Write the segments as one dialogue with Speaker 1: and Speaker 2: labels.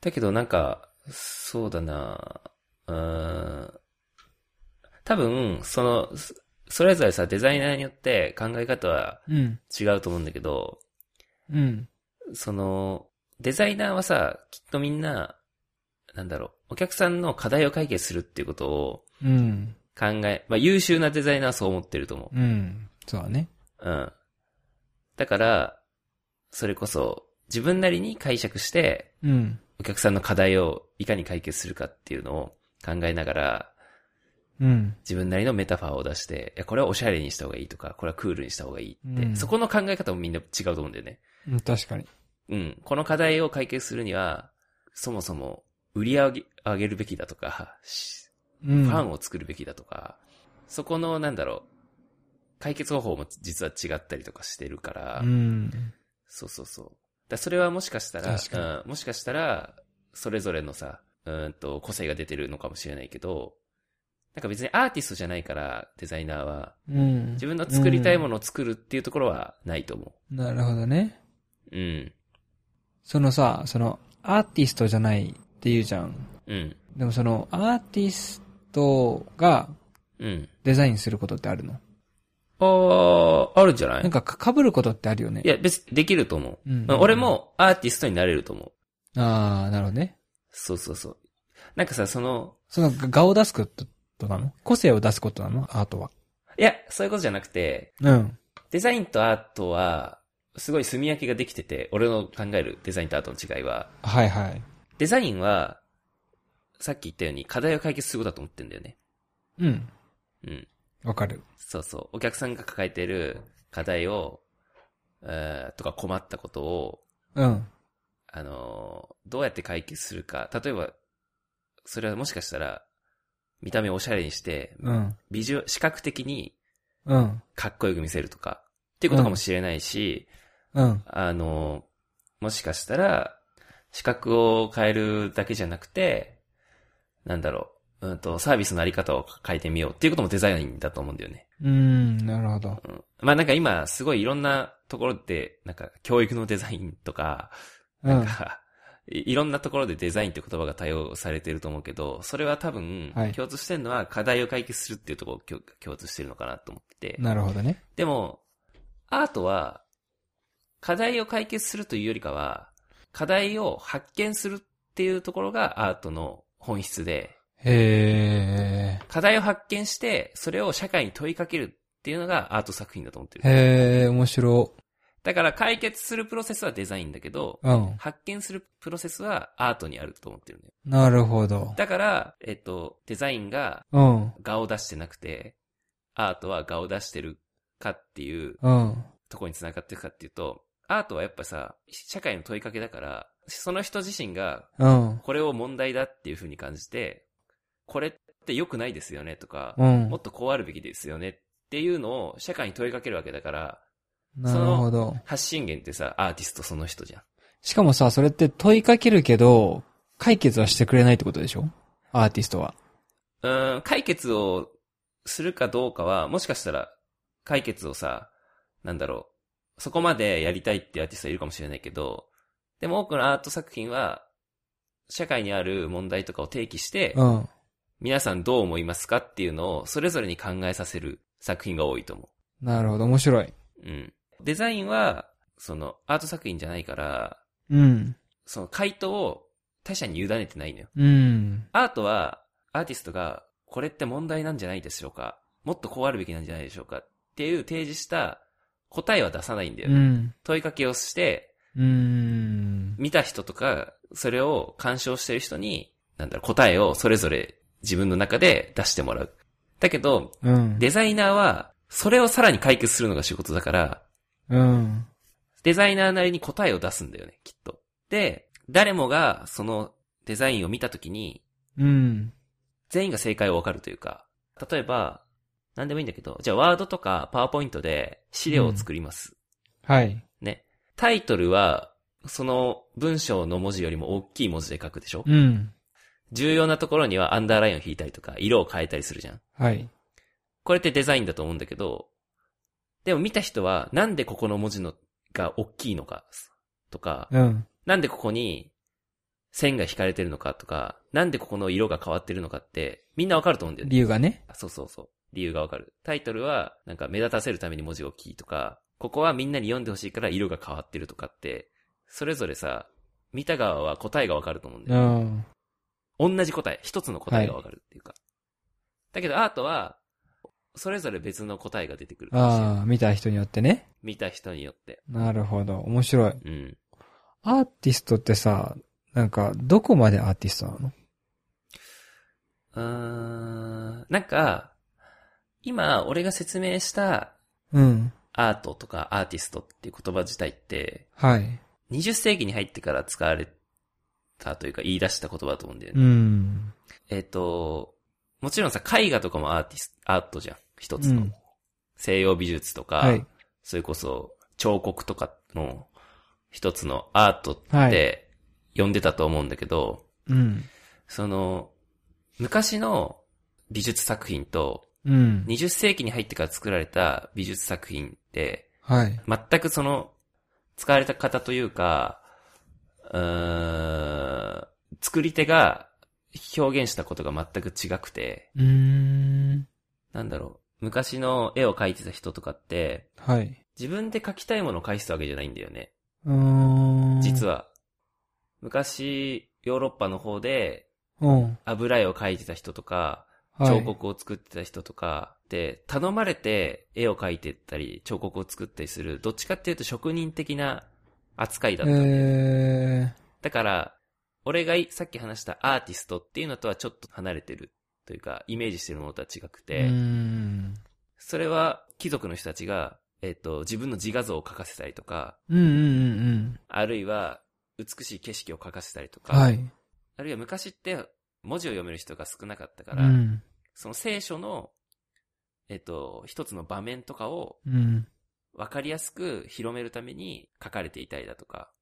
Speaker 1: だけどなんか、そうだなうーん。多分、その、そそれぞれさ、デザイナーによって考え方は
Speaker 2: うん。
Speaker 1: 違うと思うんだけど、
Speaker 2: うん。
Speaker 1: その、デザイナーはさ、きっとみんな、なんだろう、お客さんの課題を解決するっていうことを
Speaker 2: うん。
Speaker 1: 考え、まあ優秀なデザイナーはそう思ってると思う。
Speaker 2: うん。そうだね。
Speaker 1: うん。だから、それこそ、自分なりに解釈して、
Speaker 2: うん。
Speaker 1: お客さんの課題をいかに解決するかっていうのを考えながら、
Speaker 2: うん。
Speaker 1: 自分なりのメタファーを出して、いや、これはおしゃれにした方がいいとか、これはクールにした方がいいって、
Speaker 2: うん
Speaker 1: そこの考え方もみんな違うと思うんだよね。
Speaker 2: うん確かに。
Speaker 1: うん。この課題を解決するには、そもそも売り上げ上げるべきだとか、し
Speaker 2: うん。
Speaker 1: ファンを作るべきだとか、そこの、なんだろう、解決方法も実は違ったりとかしてるから、
Speaker 2: うん。
Speaker 1: そうそうそう。だそれはもしかしたら、
Speaker 2: 確かに
Speaker 1: うんもしかしたら、それぞれのさ、うーんと、個性が出てるのかもしれないけど、なんか別にアーティストじゃないから、デザイナーは、
Speaker 2: うん。
Speaker 1: 自分の作りたいものを作るっていうところはないと思
Speaker 2: うん。なるほどね。
Speaker 1: う。うん。
Speaker 2: そのさ、その、アーティストじゃないって言うじゃん。
Speaker 1: うん。
Speaker 2: でもその、アーティストが
Speaker 1: うん。
Speaker 2: デザインすることってあるの
Speaker 1: あー、あるんじゃない
Speaker 2: なんかかぶることってあるよね。
Speaker 1: いや、別にできると思う。
Speaker 2: うん
Speaker 1: まあ俺。もアーティストになれると思う。
Speaker 2: ああ、なるほどね。
Speaker 1: そうそうそう。なんかさ、その、
Speaker 2: その、顔を出すことなの個性を出すことなのアートは。
Speaker 1: いや、そういうことじゃなくて、
Speaker 2: うん。
Speaker 1: デザインとアートは、すごい墨分けができてて、俺の考えるデザインとアートの違いは、
Speaker 2: はいはい。
Speaker 1: デザインは、さっき言ったように課題を解決することだと思ってんだよね。
Speaker 2: うん。
Speaker 1: うん。
Speaker 2: わかる。
Speaker 1: そうそう。お客さんが抱えている課題を、えーとか困ったことを、
Speaker 2: うん。
Speaker 1: あのーどうやって解決するか。例えば、それはもしかしたら、見た目をおしゃれにして、
Speaker 2: うん。
Speaker 1: ビジュア視覚的に
Speaker 2: うん。
Speaker 1: かっこよく見せるとか、っていうことかもしれないし、
Speaker 2: うん。
Speaker 1: あの、もしかしたら、資格を変えるだけじゃなくて、なんだろう、うんと、サービスのあり方を変えてみようっていうこともデザインだと思うんだよね。
Speaker 2: うん。なるほど。
Speaker 1: うん、まあなんか今、すごいいろんなところで、なんか教育のデザインとか、
Speaker 2: う
Speaker 1: なん
Speaker 2: ん。
Speaker 1: か、いいろんなところでデザインって言葉が多用されてると思うけど、それは多分
Speaker 2: はい、
Speaker 1: 共通してるのは課題を解決するっていうところを共共通してるのかなと思ってて。
Speaker 2: なるほどね。
Speaker 1: でも、アートは、課題を解決するというよりかは、課題を発見するっていうところがアートの本質で、
Speaker 2: へ
Speaker 1: 課題を発見して、それを社会に問いかけるっていうのがアート作品だと思って
Speaker 2: え。
Speaker 1: る。
Speaker 2: へえ、面白。
Speaker 1: だから解決するプロセスはデザインだけど、
Speaker 2: うん。
Speaker 1: 発見するプロセスはアートにあると思ってるんだよ。
Speaker 2: なるほど。
Speaker 1: だから、えっと、デザインが
Speaker 2: うん。
Speaker 1: 画を出してなくて、アートは画を出してるかっていう
Speaker 2: うん。
Speaker 1: とこに繋がっていくかっていうと、アートはやっぱさ、社会の問いかけだから、その人自身が
Speaker 2: うん。
Speaker 1: これを問題だっていう風に感じて、これって良くないですよねとか、
Speaker 2: うん
Speaker 1: も。っとこうあるべきですよねっていうのを社会に問いかけるわけだから、
Speaker 2: なるほど。
Speaker 1: 発信源ってさ、アーティストその人じゃん。
Speaker 2: しかもさ、それって問いかけるけど、解決はしてくれないってことでしょアーティストは。
Speaker 1: うーん、解決をするかどうかは、もしかしたら解決をさ、なんだろう、そこまでやりたいっていうアーティストはいるかもしれないけど、でも多くのアート作品は、社会にある問題とかを提起して、
Speaker 2: うん。
Speaker 1: 皆さんどう思いますかっていうのをそれぞれに考えさせる作品が多いと思
Speaker 2: なるほど、面白い。
Speaker 1: う。うん。デザインは、その、アート作品じゃないから、
Speaker 2: うん。
Speaker 1: その回答を他者に委ねてないのよ。
Speaker 2: うん。
Speaker 1: アートは、アーティストが、これって問題なんじゃないでしょうかもっとこうあるべきなんじゃないでしょうかっていう提示した答えは出さないんだよ
Speaker 2: う
Speaker 1: ね。
Speaker 2: ん。
Speaker 1: 問いかけをして、
Speaker 2: うん。
Speaker 1: 見た人とか、それを鑑賞してる人に、なんだろう、答えをそれぞれ自分の中で出してもらう。だけど、
Speaker 2: うん。
Speaker 1: デザイナーは、それをさらに解決するのが仕事だから、
Speaker 2: うん。
Speaker 1: デザイナーなりに答えを出すんだよね、きっと。で、誰もがそのデザインを見たときに、
Speaker 2: うん。
Speaker 1: 全員が正解をわかるというか、例えば、何でもいいんだけど、じゃあワードとかパワーポイントで資料を作ります。
Speaker 2: はい。
Speaker 1: ね。タイトルは、その文章の文字よりも大きい文字で書くでしょ、
Speaker 2: うん。
Speaker 1: 重要なところにはアンダーラインを引いたりとか、色を変えたりするじゃん。
Speaker 2: はい。
Speaker 1: これってデザインだと思うんだけど、でも見た人は、なんでここの文字のが大きいのか、とか、
Speaker 2: うん。
Speaker 1: なんでここに線が引かれてるのかとか、なんでここの色が変わってるのかって、みんなわかると思うんだよね
Speaker 2: 理。由がね。
Speaker 1: あそうそうそう。理由がわかる。タイトルは、なんか目立たせるために文字が大きいとか、ここはみんなに読んでほしいから色が変わってるとかって、それぞれさ、見た側は答えがわかると思うんだ
Speaker 2: う
Speaker 1: よ。
Speaker 2: ん。
Speaker 1: 同じ答え、一つの答えがわかるっていうか。だけどアートは、それぞれ別の答えが出てくるかもしれない。
Speaker 2: ああ、見た人によってね。
Speaker 1: 見た人によって。
Speaker 2: なるほど。面白い。
Speaker 1: うん。
Speaker 2: アーティストってさ、なんか、どこまでアーティストなの
Speaker 1: うーん。なんか、今、俺が説明した
Speaker 2: うん。
Speaker 1: アートとかアーティストっていう言葉自体って、
Speaker 2: はい。
Speaker 1: 20世紀に入ってから使われたというか言い出した言葉だと思うんだよ
Speaker 2: う
Speaker 1: ね。
Speaker 2: ん。
Speaker 1: えっ、と、もちろんさ、絵画とかもアーティス、アートじゃん。一
Speaker 2: う
Speaker 1: つの。
Speaker 2: ん。
Speaker 1: 西洋美術とか、
Speaker 2: はい。
Speaker 1: それこそ彫刻とかの一つのアートっ
Speaker 2: はい
Speaker 1: て呼んでたと思うんだけど、
Speaker 2: うん。
Speaker 1: その、昔の美術作品と
Speaker 2: うん。
Speaker 1: 20世紀に入ってから作られた美術作品って、
Speaker 2: はい。
Speaker 1: 全くその、使われた方というか、うーん、作り手が表現したことが全く違くて、
Speaker 2: うーん。
Speaker 1: なんだろう、昔の絵を描いてた人とかって、
Speaker 2: はい。
Speaker 1: 自分で描きたいものを描いてたわけじゃないんだよね。
Speaker 2: うーん。
Speaker 1: 実
Speaker 2: は。
Speaker 1: は、昔、ヨーロッパの方で
Speaker 2: うん。
Speaker 1: 油絵を描いてた人とか、
Speaker 2: は
Speaker 1: 彫
Speaker 2: い。
Speaker 1: 刻を作ってた人とか、で、頼まれて絵を描いてったり、彫刻を作ったりする、どっちかっていうと職人的な扱いだったんだよね
Speaker 2: え
Speaker 1: だから、俺がさっき話したアーティストっていうのとはちょっと離れてるというか、イメージしてるものとは違く
Speaker 2: ー。
Speaker 1: て、
Speaker 2: うん。
Speaker 1: それは貴族の人たちが、えっ、と、自分の自画像を描かせたりとか、
Speaker 2: うんうんうんうん。
Speaker 1: あるいは美しい景色を描かせたりとか、
Speaker 2: はい。
Speaker 1: あるいは昔って文字を読める人が少なかったか
Speaker 2: う
Speaker 1: ら、
Speaker 2: ん。
Speaker 1: その聖書の、えっ、と、一つの場面とかを
Speaker 2: うん。
Speaker 1: わかりやすく広めるために書かれていたりだとか、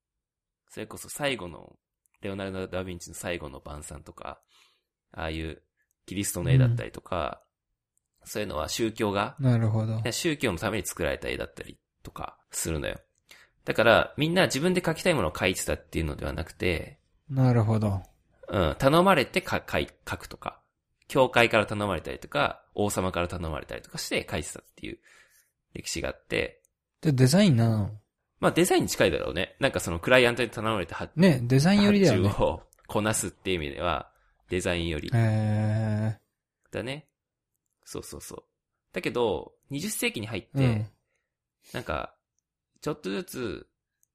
Speaker 1: それこそ最後の、レオナルド・ダ・ヴィンチの最後の晩餐とか、ああいうキリストの絵だったりとか、そういうのは宗教が、
Speaker 2: なるほど。
Speaker 1: 宗教のために作られた絵だったりとかするのよ。だからみんな自分で描きたいものを描いてたっていうのではなくて、
Speaker 2: なるほど。
Speaker 1: うん、頼まれてか描い描くとか、教会から頼まれたりとか、王様から頼まれたりとかして描いてたっていう歴史があって、
Speaker 2: で、デザインなの
Speaker 1: まあデザインに近いだろうね。なんかそのクライアントに頼まれて発
Speaker 2: ね、デザインよりだ
Speaker 1: 注
Speaker 2: よね。
Speaker 1: をこなすっていう意味では、デザインより
Speaker 2: へ
Speaker 1: だね。そうそうそう。だけど、20世紀に入って、
Speaker 2: え。うん。
Speaker 1: なんか、ちょっとずつ、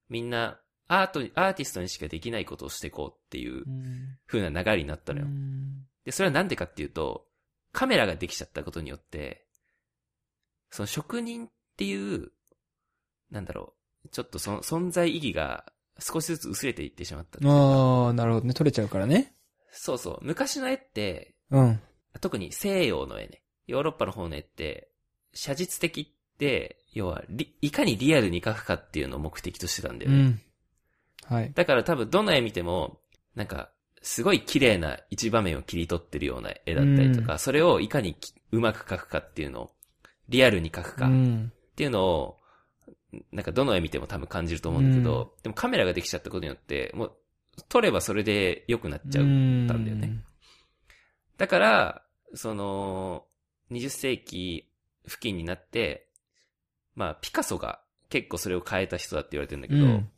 Speaker 1: みんな、アートに、アーティストにしかできないことをしていこうっていう
Speaker 2: うん
Speaker 1: 風な流れになったのよ
Speaker 2: う。ん
Speaker 1: で、それはなんでかっていうと、カメラができちゃったことによって、その職人っていう、なんだろう、ちょっとその存在意義が少しずつ薄れていってしまった。
Speaker 2: ああ、なるほどね。取れちゃうからね。
Speaker 1: そうそう。昔の絵って、
Speaker 2: うん。
Speaker 1: 特に西洋の絵ね。ヨーロッパの方の絵って、写実的って、要はリ、いかにリアルに描くかっていうのを目的としてたんだ
Speaker 2: う
Speaker 1: よね。
Speaker 2: ん。はい。
Speaker 1: だから多分どの絵見ても、なんか、すごい綺麗な一場面を切り取ってるような絵だったりとか、それをいかにきうまく描くかっていうのを、リアルに描くか
Speaker 2: う
Speaker 1: っ
Speaker 2: ん。
Speaker 1: ていうのを、なんかどの絵見ても多分感じると思うんだけど、でもカメラができちゃったことによって、もう、撮ればそれで良くなっちゃう
Speaker 2: うん
Speaker 1: だよね。だから、その、20世紀付近になって、まあ、ピカソが結構それを変えた人だって言われてるんだけ
Speaker 2: う
Speaker 1: ど、
Speaker 2: ん。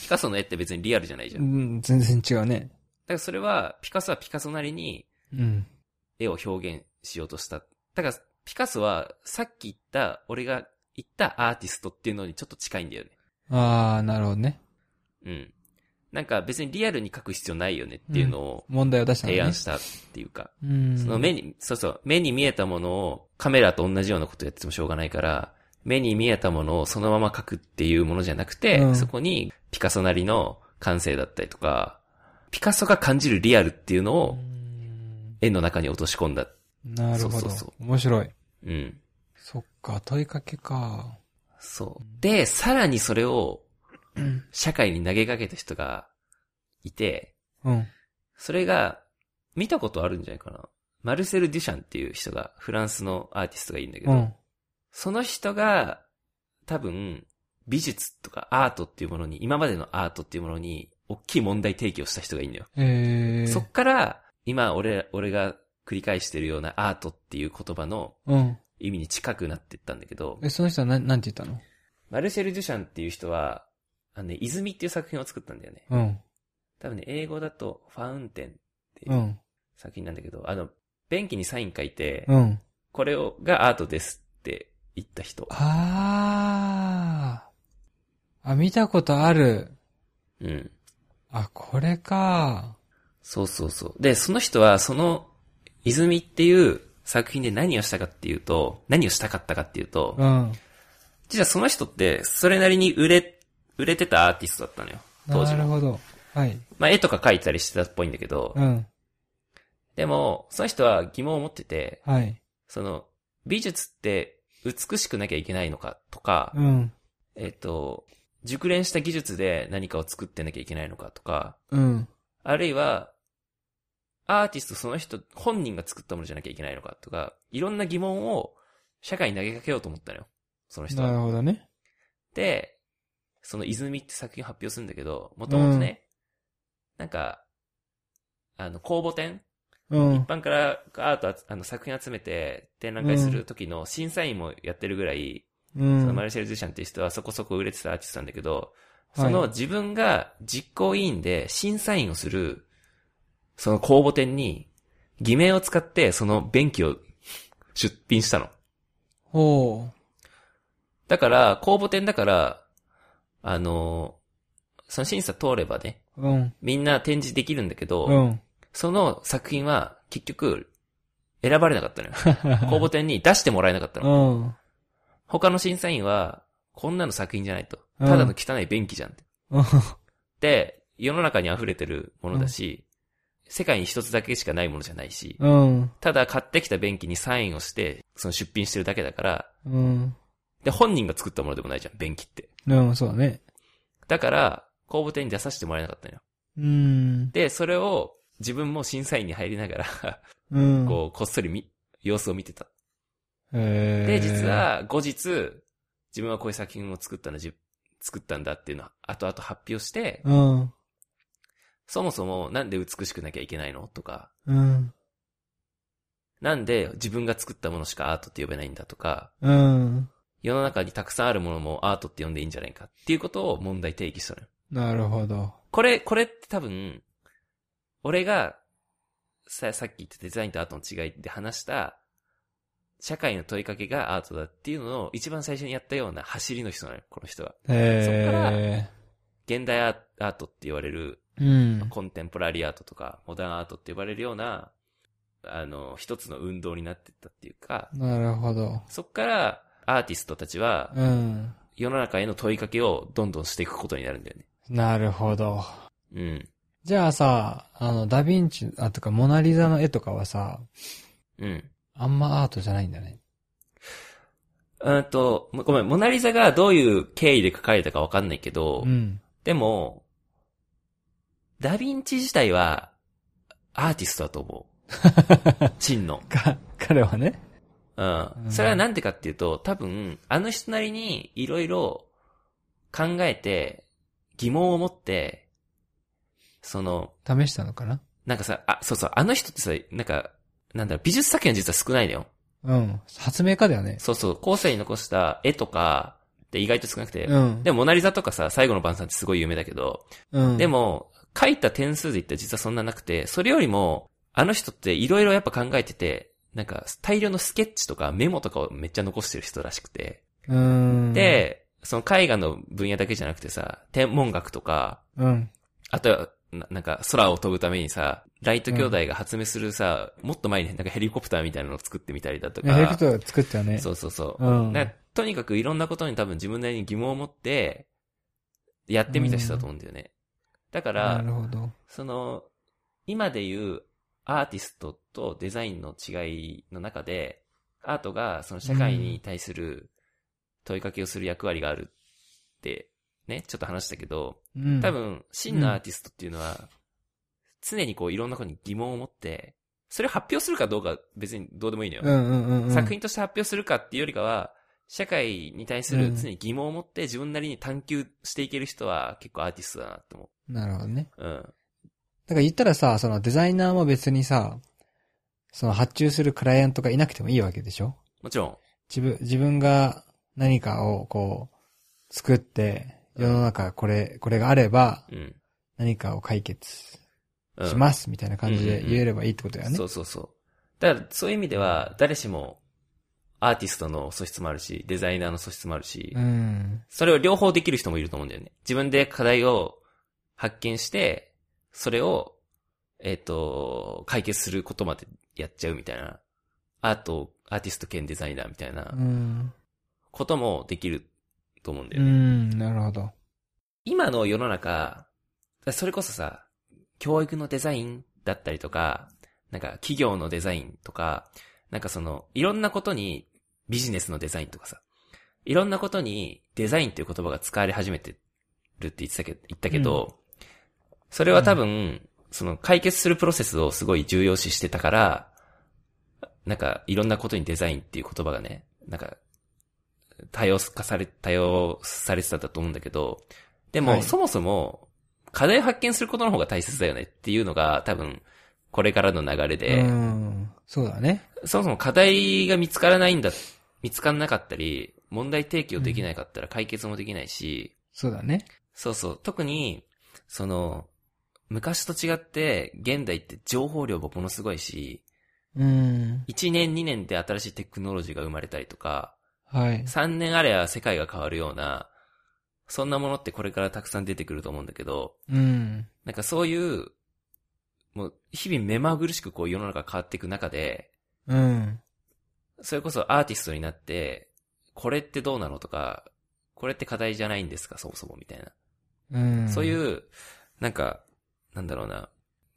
Speaker 1: ピカソの絵って別にリアルじゃないじゃ。
Speaker 2: うん
Speaker 1: だ
Speaker 2: ん全然違うね。
Speaker 1: からそれは、ピカソはピカソなりに
Speaker 2: うん。
Speaker 1: 絵を表現しようとした。だから、ピカソはさっき言った、俺が言ったアーティストっていうのにちょっと近いんだよね。
Speaker 2: ああ、なるほどね。
Speaker 1: うん。なんか別にリアルに描く必要ないよねっていうのを
Speaker 2: 問題を出したのね
Speaker 1: 提案したっていうか、
Speaker 2: うん。
Speaker 1: その目に、そうそう、目に見えたものをカメラと同じようなことやっててもしょうがないから、目に見えたものをそのまま描くっていうものじゃなくて、
Speaker 2: うん
Speaker 1: そこにピカソなりの感性だったりとか、ピカソが感じるリアルっていうの
Speaker 2: う
Speaker 1: を
Speaker 2: ん
Speaker 1: 絵の中に落とし込んだ。
Speaker 2: なる
Speaker 1: そ
Speaker 2: ほど
Speaker 1: うそうそ。
Speaker 2: 面白い。
Speaker 1: うん。
Speaker 2: そっか、問いかけか。
Speaker 1: そう。で、さらにそれを
Speaker 2: うん。
Speaker 1: 社会に投げかけた人がいて、
Speaker 2: うん。
Speaker 1: それが見たことあるんじゃないかな。マルセル・デュシャンっていう人が、フランスのアーティストがいるんだけど、
Speaker 2: うん。
Speaker 1: その人が、多分、美術とかアートっていうものに、今までのアートっていうものに、大きい問題提起をした人がいいんだよ。
Speaker 2: えー。
Speaker 1: そっから、今俺、俺が繰り返してるようなアートっていう言葉の
Speaker 2: うん。
Speaker 1: 意味に近くなってったんだけど、
Speaker 2: え、その人はな、なんて言ったの
Speaker 1: マルセル・デュシャンっていう人は、あのね、泉っていう作品を作ったんだよね。
Speaker 2: うん。。
Speaker 1: 多分ね、英語だと、ファウンテンっていううん作品なんだけど、あの、便器にサイン書いて、
Speaker 2: うん。
Speaker 1: これを、がアートですって言った人。
Speaker 2: あー。あ、見たことある。
Speaker 1: うん。
Speaker 2: あ、これか。
Speaker 1: そうそうそう。で、その人は、その、泉っていう作品で何をしたかっていうと、何をしたかったかっていうと、
Speaker 2: うん。
Speaker 1: 実はその人って、それなりに売れ、売れてたアーティストだったのよ。当時
Speaker 2: なる
Speaker 1: も。
Speaker 2: ほど。はい。
Speaker 1: まあ、絵とか描いたりしてたっぽいんだけど、
Speaker 2: うん。
Speaker 1: でも、その人は疑問を持ってて、
Speaker 2: はい。
Speaker 1: その、美術って美しくなきゃいけないのかとか、
Speaker 2: うん。
Speaker 1: えっと、熟練した技術で何かを作ってなきゃいけないのかとか、
Speaker 2: うん。
Speaker 1: あるいは、アーティストその人本人が作ったものじゃなきゃいけないのかとか、いろんな疑問を社会に投げかけようと思ったのよ。その人
Speaker 2: なる
Speaker 1: は。
Speaker 2: ほどね。
Speaker 1: で、その泉って作品を発表するんだけど、もともとね、なんか、あの、公募展
Speaker 2: うん
Speaker 1: 一。般からアートあつあの作品集めて展覧会する時の審査員もやってるぐらい、
Speaker 2: う
Speaker 1: そのマ
Speaker 2: ん。
Speaker 1: ルシェル・デュシャンっていう人はそこそこ売れてたアーティストなんだけど、
Speaker 2: はい
Speaker 1: その自分が実行委員で審査員をする、その公募展に偽名を使ってその便器を出品したの。
Speaker 2: ほ
Speaker 1: だから、公募展だから、あの、その審査通ればね、
Speaker 2: う。うん。
Speaker 1: みんな展示できるんだけど、
Speaker 2: うん。
Speaker 1: その作品は結局選ばれなかったのよ。 公募展に出してもらえなかったの。
Speaker 2: うん。
Speaker 1: 他の審査員は、こんなの作品じゃないと。
Speaker 2: うん
Speaker 1: ただの汚い便器じゃんって。
Speaker 2: うん。
Speaker 1: で、世の中に溢れてるものだし、世界に一つだけしかないものじゃないし、
Speaker 2: うん。
Speaker 1: ただ買ってきた便器にサインをして、その出品してるだけだから、
Speaker 2: うん。
Speaker 1: で、本人が作ったものでもないじゃん、便器って。
Speaker 2: うん、そうだね。
Speaker 1: だから、公募展に出させてもらえなかったのよ。
Speaker 2: うん。
Speaker 1: で、それを自分も審査員に入りながら、
Speaker 2: うん。
Speaker 1: こう、こっそりみ、様子を見てた。
Speaker 2: へー
Speaker 1: で、実、は後日、自分はこういう作品を作ったの、じ作ったんだっていうのを後々発表して、
Speaker 2: うん。
Speaker 1: そもそもなんで美しくなきゃいけないのとか、
Speaker 2: うん。
Speaker 1: なんで自分が作ったものしかアートって呼べないんだとか、
Speaker 2: うん。
Speaker 1: 世の中にたくさんあるものもアートって呼んでいいんじゃないかっていうことを問題提起したのよ。
Speaker 2: なるほど。
Speaker 1: これ、これって多分、俺がさ、さっき言ったデザインとアートの違いで話した、社会の問いかけがアートだっていうのを一番最初にやったような走りの人なのよ、この人は。
Speaker 2: へ
Speaker 1: 現代アアートって言われる、
Speaker 2: え。うん。
Speaker 1: コンテンポラリーアートとか、モダンアートって呼ばれるような、あの、一つの運動になってったっていうか、
Speaker 2: なるほど。
Speaker 1: そっからアーティストたちは、
Speaker 2: うん。
Speaker 1: 世の中への問いかけをどんどんしていくことになるんだよね。
Speaker 2: なるほど。
Speaker 1: うん。
Speaker 2: じゃあさ、あの、ダヴィンチ、あ、とか、モナリザの絵とかはさ、
Speaker 1: うん。
Speaker 2: あんまアートじゃないんだね。
Speaker 1: うんと、もごめん、モナリザがどういう経緯で書かれたかわかんないけど、
Speaker 2: うん。
Speaker 1: でも、ダヴィンチ自体は、アーティストだと思う。 真の。
Speaker 2: か、彼はね。
Speaker 1: うん
Speaker 2: うん
Speaker 1: それはなんでかっていうと、多分、あの人なりにいろいろ考えて、疑問を持って、その、
Speaker 2: 試したのかな
Speaker 1: なんかさ、あ、そうそう、あの人ってさ、なんか、なんだろう、美術作品は実は少ないのよ。
Speaker 2: うん。発明家だよね。
Speaker 1: そうそう、後世に残した絵とかって意外と少なくて、
Speaker 2: うん。
Speaker 1: でもモナリザとかさ、最後の晩餐ってすごい有名だけど、
Speaker 2: うん。
Speaker 1: で、も、書いた点数で言ったら実はそんななくて、それよりも、あの人っていろいろやっぱ考えてて、なんか大量のスケッチとかメモとかをめっちゃ残してる人らしくて、
Speaker 2: うん。、
Speaker 1: で、その絵画の分野だけじゃなくてさ、天文学とか、
Speaker 2: うん。
Speaker 1: あとは、ななんか空を飛ぶためにさ、ライト兄弟が発明するさ、もっと前になんかヘリコプターみたいなのを作ってみたりだと
Speaker 2: ヘリク
Speaker 1: か、
Speaker 2: ト作ったよね。
Speaker 1: そうそうそう。
Speaker 2: うん。
Speaker 1: なんかとにかくいろんなことに多分自分なりに疑問を持って、やってみた人だと思うんだよね。だか
Speaker 2: な
Speaker 1: ら
Speaker 2: る、ほど。
Speaker 1: その、今で言うアーティストとデザインの違いの中で、アートがその社会に対する問いかけをする役割があるって、ね、ちょっと話したけど、
Speaker 2: うん。
Speaker 1: 多。分、真のアーティストっていうのは、常にこういろんなことに疑問を持って、それを発表するかどうか別にどうでもいいの
Speaker 2: う
Speaker 1: よ。
Speaker 2: んうんうんうん。
Speaker 1: 作品として発表するかっていうよりかは、社会に対する常に疑問を持って自分なりに探求していける人は結構アーティストだなって思
Speaker 2: なるほどね。
Speaker 1: う。うん。
Speaker 2: だから言ったらさ、そのデザイナーも別にさ、その発注するクライアントがいなくてもいいわけでしょ
Speaker 1: もちろん。
Speaker 2: 自分、自分が何かをこう、作って、世の中これ、これがあれば、
Speaker 1: うん。
Speaker 2: 何かを解決
Speaker 1: うん、
Speaker 2: します、みたいな感じで言えればいいってことだよね。
Speaker 1: そうそうそう。だから、そういう意味では、誰しも、アーティストの素質もあるし、デザイナーの素質もあるし、
Speaker 2: うん。
Speaker 1: それを両方できる人もいると思うんだよね。自分で課題を発見して、それを、えっ、と、解決することまでやっちゃうみたいな、アート、アーティスト兼デザイナーみたいな
Speaker 2: うん。
Speaker 1: こともできると思うんだ
Speaker 2: う
Speaker 1: よね。
Speaker 2: ん、なるほど。
Speaker 1: 今の世の中、それこそさ、教育のデザインだったりとか、なんか企業のデザインとか、なんかその、いろんなことにビジネスのデザインとかさ、いろんなことにデザインという言葉が使われ始めてるって言ってたけ言ったけど、それは多分、その解決するプロセスをすごい重要視してたから、なんかいろんなことにデザインっていう言葉がね、なんか多様化され、多様されてたんだと思うんだけど、でも、
Speaker 2: はい
Speaker 1: そもそも課題を発見することの方が大切だよねっていうのが多分これからの流れで、
Speaker 2: うん。そうだね。
Speaker 1: そもそも課題が見つからないんだ、見つからなかったり、問題提起をできなかったら解決もできないし、
Speaker 2: そうだね。
Speaker 1: そうそう、特に、その、昔と違って、現代って情報量もものすごいし、
Speaker 2: うん。
Speaker 1: 1年2年で新しいテクノロジーが生まれたりとか、
Speaker 2: はい。
Speaker 1: 3年あれば世界が変わるような、そんなものってこれからたくさん出てくると思うんだけど、
Speaker 2: うん。
Speaker 1: なんかそういう、もう日々目まぐるしくこう世の中が変わっていく中で、
Speaker 2: うん。
Speaker 1: それこそアーティストになって、これってどうなのとか、これって課題じゃないんですか、そもそもみたいな。
Speaker 2: うん。
Speaker 1: そう
Speaker 2: う。
Speaker 1: いう、なんか、なんだろうな、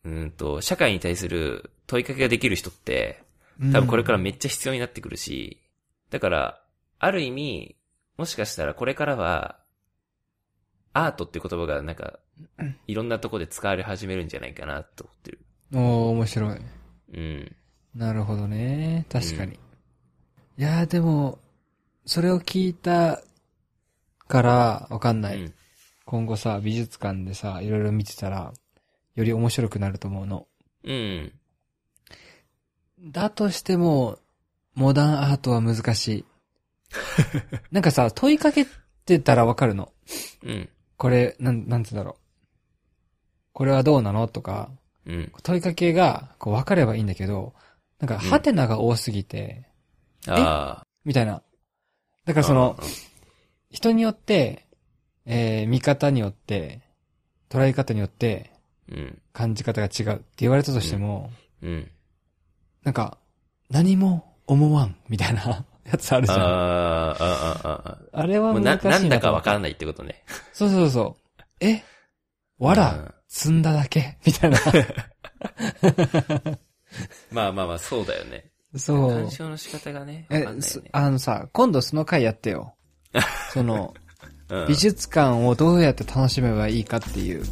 Speaker 1: うーんと、社会に対する問いかけができる人って、多分これからめっちゃ必要になってくるし、だから、ある意味、もしかしたらこれからは、アートっていう言葉がなんか、いろんなとこで使われ始めるんじゃないかなと思ってる。
Speaker 2: おー、面白い。
Speaker 1: うん。
Speaker 2: なるほどね。確かに。
Speaker 1: うん
Speaker 2: いやーでも、それを聞いたから、わかんない。
Speaker 1: うん
Speaker 2: 今後さ、美術館でさ、いろいろ見てたら、より面白くなると思うの。
Speaker 1: うん。
Speaker 2: だとしても、モダンアートは難し い。なんかさ、問いかけてたらわかるの。
Speaker 1: うん。
Speaker 2: これ、なん、なんつうんだろう。これはどうなのとか、
Speaker 1: うん。
Speaker 2: 問いかけが、こう、わかればいいんだけど、なんか、
Speaker 1: ん
Speaker 2: ハテナが多すぎて、
Speaker 1: ああ。
Speaker 2: みたいな。だからその、人によって、えー見方によって、捉え方によって、
Speaker 1: うん。
Speaker 2: 感じ方が違うって言われたとしても、
Speaker 1: うん。
Speaker 2: なんか、何も思わん、みたいなやつあるじ
Speaker 1: あ
Speaker 2: ゃ
Speaker 1: あ、
Speaker 2: ん。あ
Speaker 1: ああ、あ
Speaker 2: れ
Speaker 1: あ。
Speaker 2: は
Speaker 1: もう
Speaker 2: 難
Speaker 1: な、
Speaker 2: しいな。
Speaker 1: なんだかわから
Speaker 2: ん。
Speaker 1: ないってことね。
Speaker 2: そうそうそう。えわ
Speaker 1: うん
Speaker 2: ら、積んだだけ みたいな。
Speaker 1: まあまあまあ、そうだよね。
Speaker 2: そ う
Speaker 1: 鑑。賞の仕方がね、わかん
Speaker 2: え
Speaker 1: ないよ、
Speaker 2: そ
Speaker 1: ね。
Speaker 2: あのさ、今度その回やってよ。その、
Speaker 1: うん
Speaker 2: 美術館をどうやって楽しめばいいかっていう